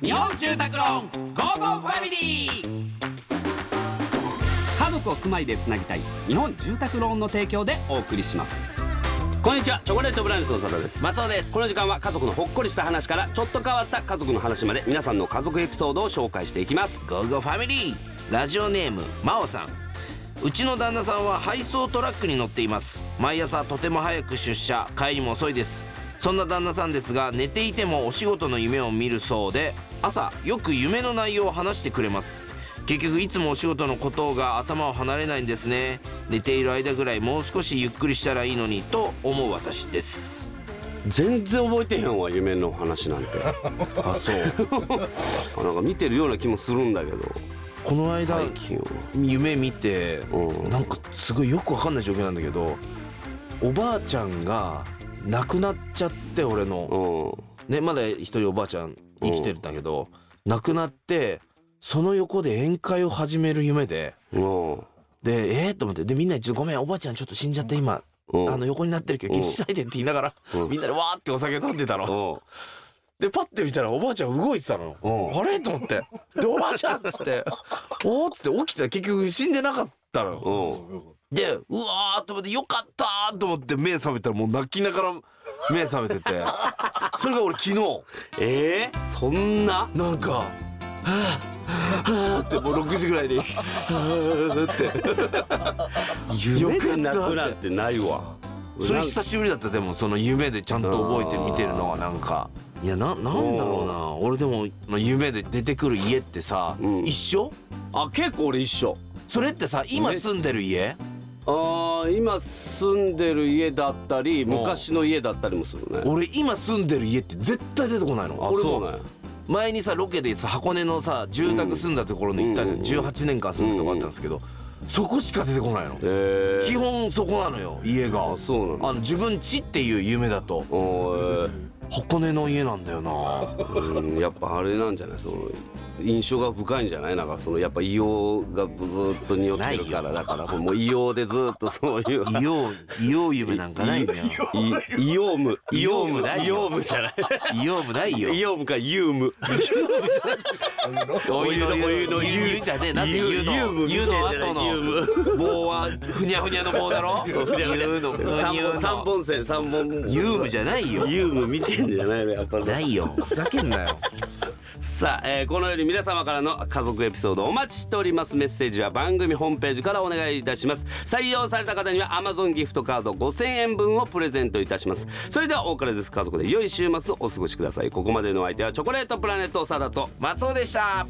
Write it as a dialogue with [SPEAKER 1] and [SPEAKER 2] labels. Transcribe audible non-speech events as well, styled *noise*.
[SPEAKER 1] 日本住宅ローンゴーゴーファミリー家族を住まいでつなぎたい日本住宅ローンの提供でお送りしますこんにちはチョコレートブランドの佐田です
[SPEAKER 2] 松尾です
[SPEAKER 1] この時間は家族のほっこりした話からちょっと変わった家族の話まで皆さんの家族エピソードを紹介していきます
[SPEAKER 2] ゴーゴーファミリーラジオネームまおさんうちの旦那さんは配送トラックに乗っています毎朝とても早く出社帰りも遅いですそんな旦那さんですが寝ていてもお仕事の夢を見るそうで朝よく夢の内容を話してくれます結局いつもお仕事のことが頭を離れないんですね寝ている間ぐらいもう少しゆっくりしたらいいのにと思う私です
[SPEAKER 1] 全然覚えてへんわ夢の話 *laughs* なんて
[SPEAKER 2] あそう
[SPEAKER 1] なんか見てるような気もするんだけど
[SPEAKER 2] この間
[SPEAKER 1] 最近は
[SPEAKER 2] 夢見て
[SPEAKER 1] うん
[SPEAKER 2] なんかすごいよくわかんない状況なんだけどおばあちゃんが亡くなっちゃって俺の、
[SPEAKER 1] う
[SPEAKER 2] ね、まだ一人おばあちゃん生きてるんだけど、亡くなってその横で宴会を始める夢で
[SPEAKER 1] んうん
[SPEAKER 2] でえー、と思ってでみんなにちょっとごめんおばあちゃんちょっと死んじゃって今、
[SPEAKER 1] うん
[SPEAKER 2] あの横になってるけど気にしないでって言いながら、
[SPEAKER 1] うん
[SPEAKER 2] みんなでわーってお酒飲んでた
[SPEAKER 1] う
[SPEAKER 2] の。
[SPEAKER 1] ん
[SPEAKER 2] でパッて見たらおばあちゃん動いてたの
[SPEAKER 1] う
[SPEAKER 2] よあれと思ってでおばあちゃんっつ
[SPEAKER 1] *laughs*
[SPEAKER 2] って「おーっつって起きたら結局死んでなかったのよ
[SPEAKER 1] うん
[SPEAKER 2] でうわーと思ってよかったーと思って目覚めたらもう泣きながら目覚め
[SPEAKER 1] *laughs*
[SPEAKER 2] ててそれが俺昨日
[SPEAKER 1] えー、そん *laughs* な
[SPEAKER 2] なんかはぁはぁってもう6時ぐらいにはぁって
[SPEAKER 1] 夢で泣
[SPEAKER 2] よかったって
[SPEAKER 1] くなんてないわ
[SPEAKER 2] それ
[SPEAKER 1] なん
[SPEAKER 2] 久しぶりだったでもその夢でちゃんと覚えて見てるのはなんかいやななんだろうな俺でも夢で出てくる家ってさ、
[SPEAKER 1] うん
[SPEAKER 2] 一緒
[SPEAKER 1] あ結構俺一緒
[SPEAKER 2] それってさ今住んでる家
[SPEAKER 1] あー今住んでる家だったり
[SPEAKER 2] ん
[SPEAKER 1] 昔の家だったりもするね
[SPEAKER 2] 俺今住んでる家って絶対出てこないの
[SPEAKER 1] あ
[SPEAKER 2] 俺も
[SPEAKER 1] そうなんや
[SPEAKER 2] 前にさロケでさ箱根のさ住宅住んだところに行ったじゃん、
[SPEAKER 1] うん
[SPEAKER 2] 18年間住んだとこあったんですけど、そこしか出てこないの、
[SPEAKER 1] えー、
[SPEAKER 2] 基本そこなのよ家が
[SPEAKER 1] あそうなの
[SPEAKER 2] あの自分家っていう夢だと
[SPEAKER 1] おー
[SPEAKER 2] 箱根の家なんだよな
[SPEAKER 1] うんやっぱあれなんじゃないその印象が深いんじゃないなんかそのやっぱ硫黄がずっと匂ってるからだからもう硫黄でずっとそういう
[SPEAKER 2] 異様異様夢なんかないんだよ
[SPEAKER 1] イイオウム
[SPEAKER 2] イオウムない
[SPEAKER 1] イ
[SPEAKER 2] よ
[SPEAKER 1] オウムじゃない
[SPEAKER 2] 異様夢ないよ
[SPEAKER 1] イオウムかユウム
[SPEAKER 2] お湯の
[SPEAKER 1] お湯のお湯の
[SPEAKER 2] 湯湯じゃねえなんで湯の
[SPEAKER 1] 湯
[SPEAKER 2] 湯の後
[SPEAKER 1] 湯
[SPEAKER 2] の
[SPEAKER 1] む
[SPEAKER 2] 棒はふにゃ *laughs* ふにゃの棒だろ湯の
[SPEAKER 1] 三本
[SPEAKER 2] 湯
[SPEAKER 1] 三
[SPEAKER 2] の
[SPEAKER 1] 本線三本
[SPEAKER 2] 湯夢じゃないよ
[SPEAKER 1] ユウム見てんじゃないのやっぱ
[SPEAKER 2] ないよふざけんなよ
[SPEAKER 1] *laughs* さあ、えーこのように皆様からの家族エピソードお待ちしておりますメッセージは番組ホームページからお願いいたします採用された方には Amazon ギフトカード5000円分をプレゼントいたしますそれではお別れです家族で良い週末をお過ごしくださいここまでのお相手はチョコレートプラネット長田と
[SPEAKER 2] *laughs* 松尾でした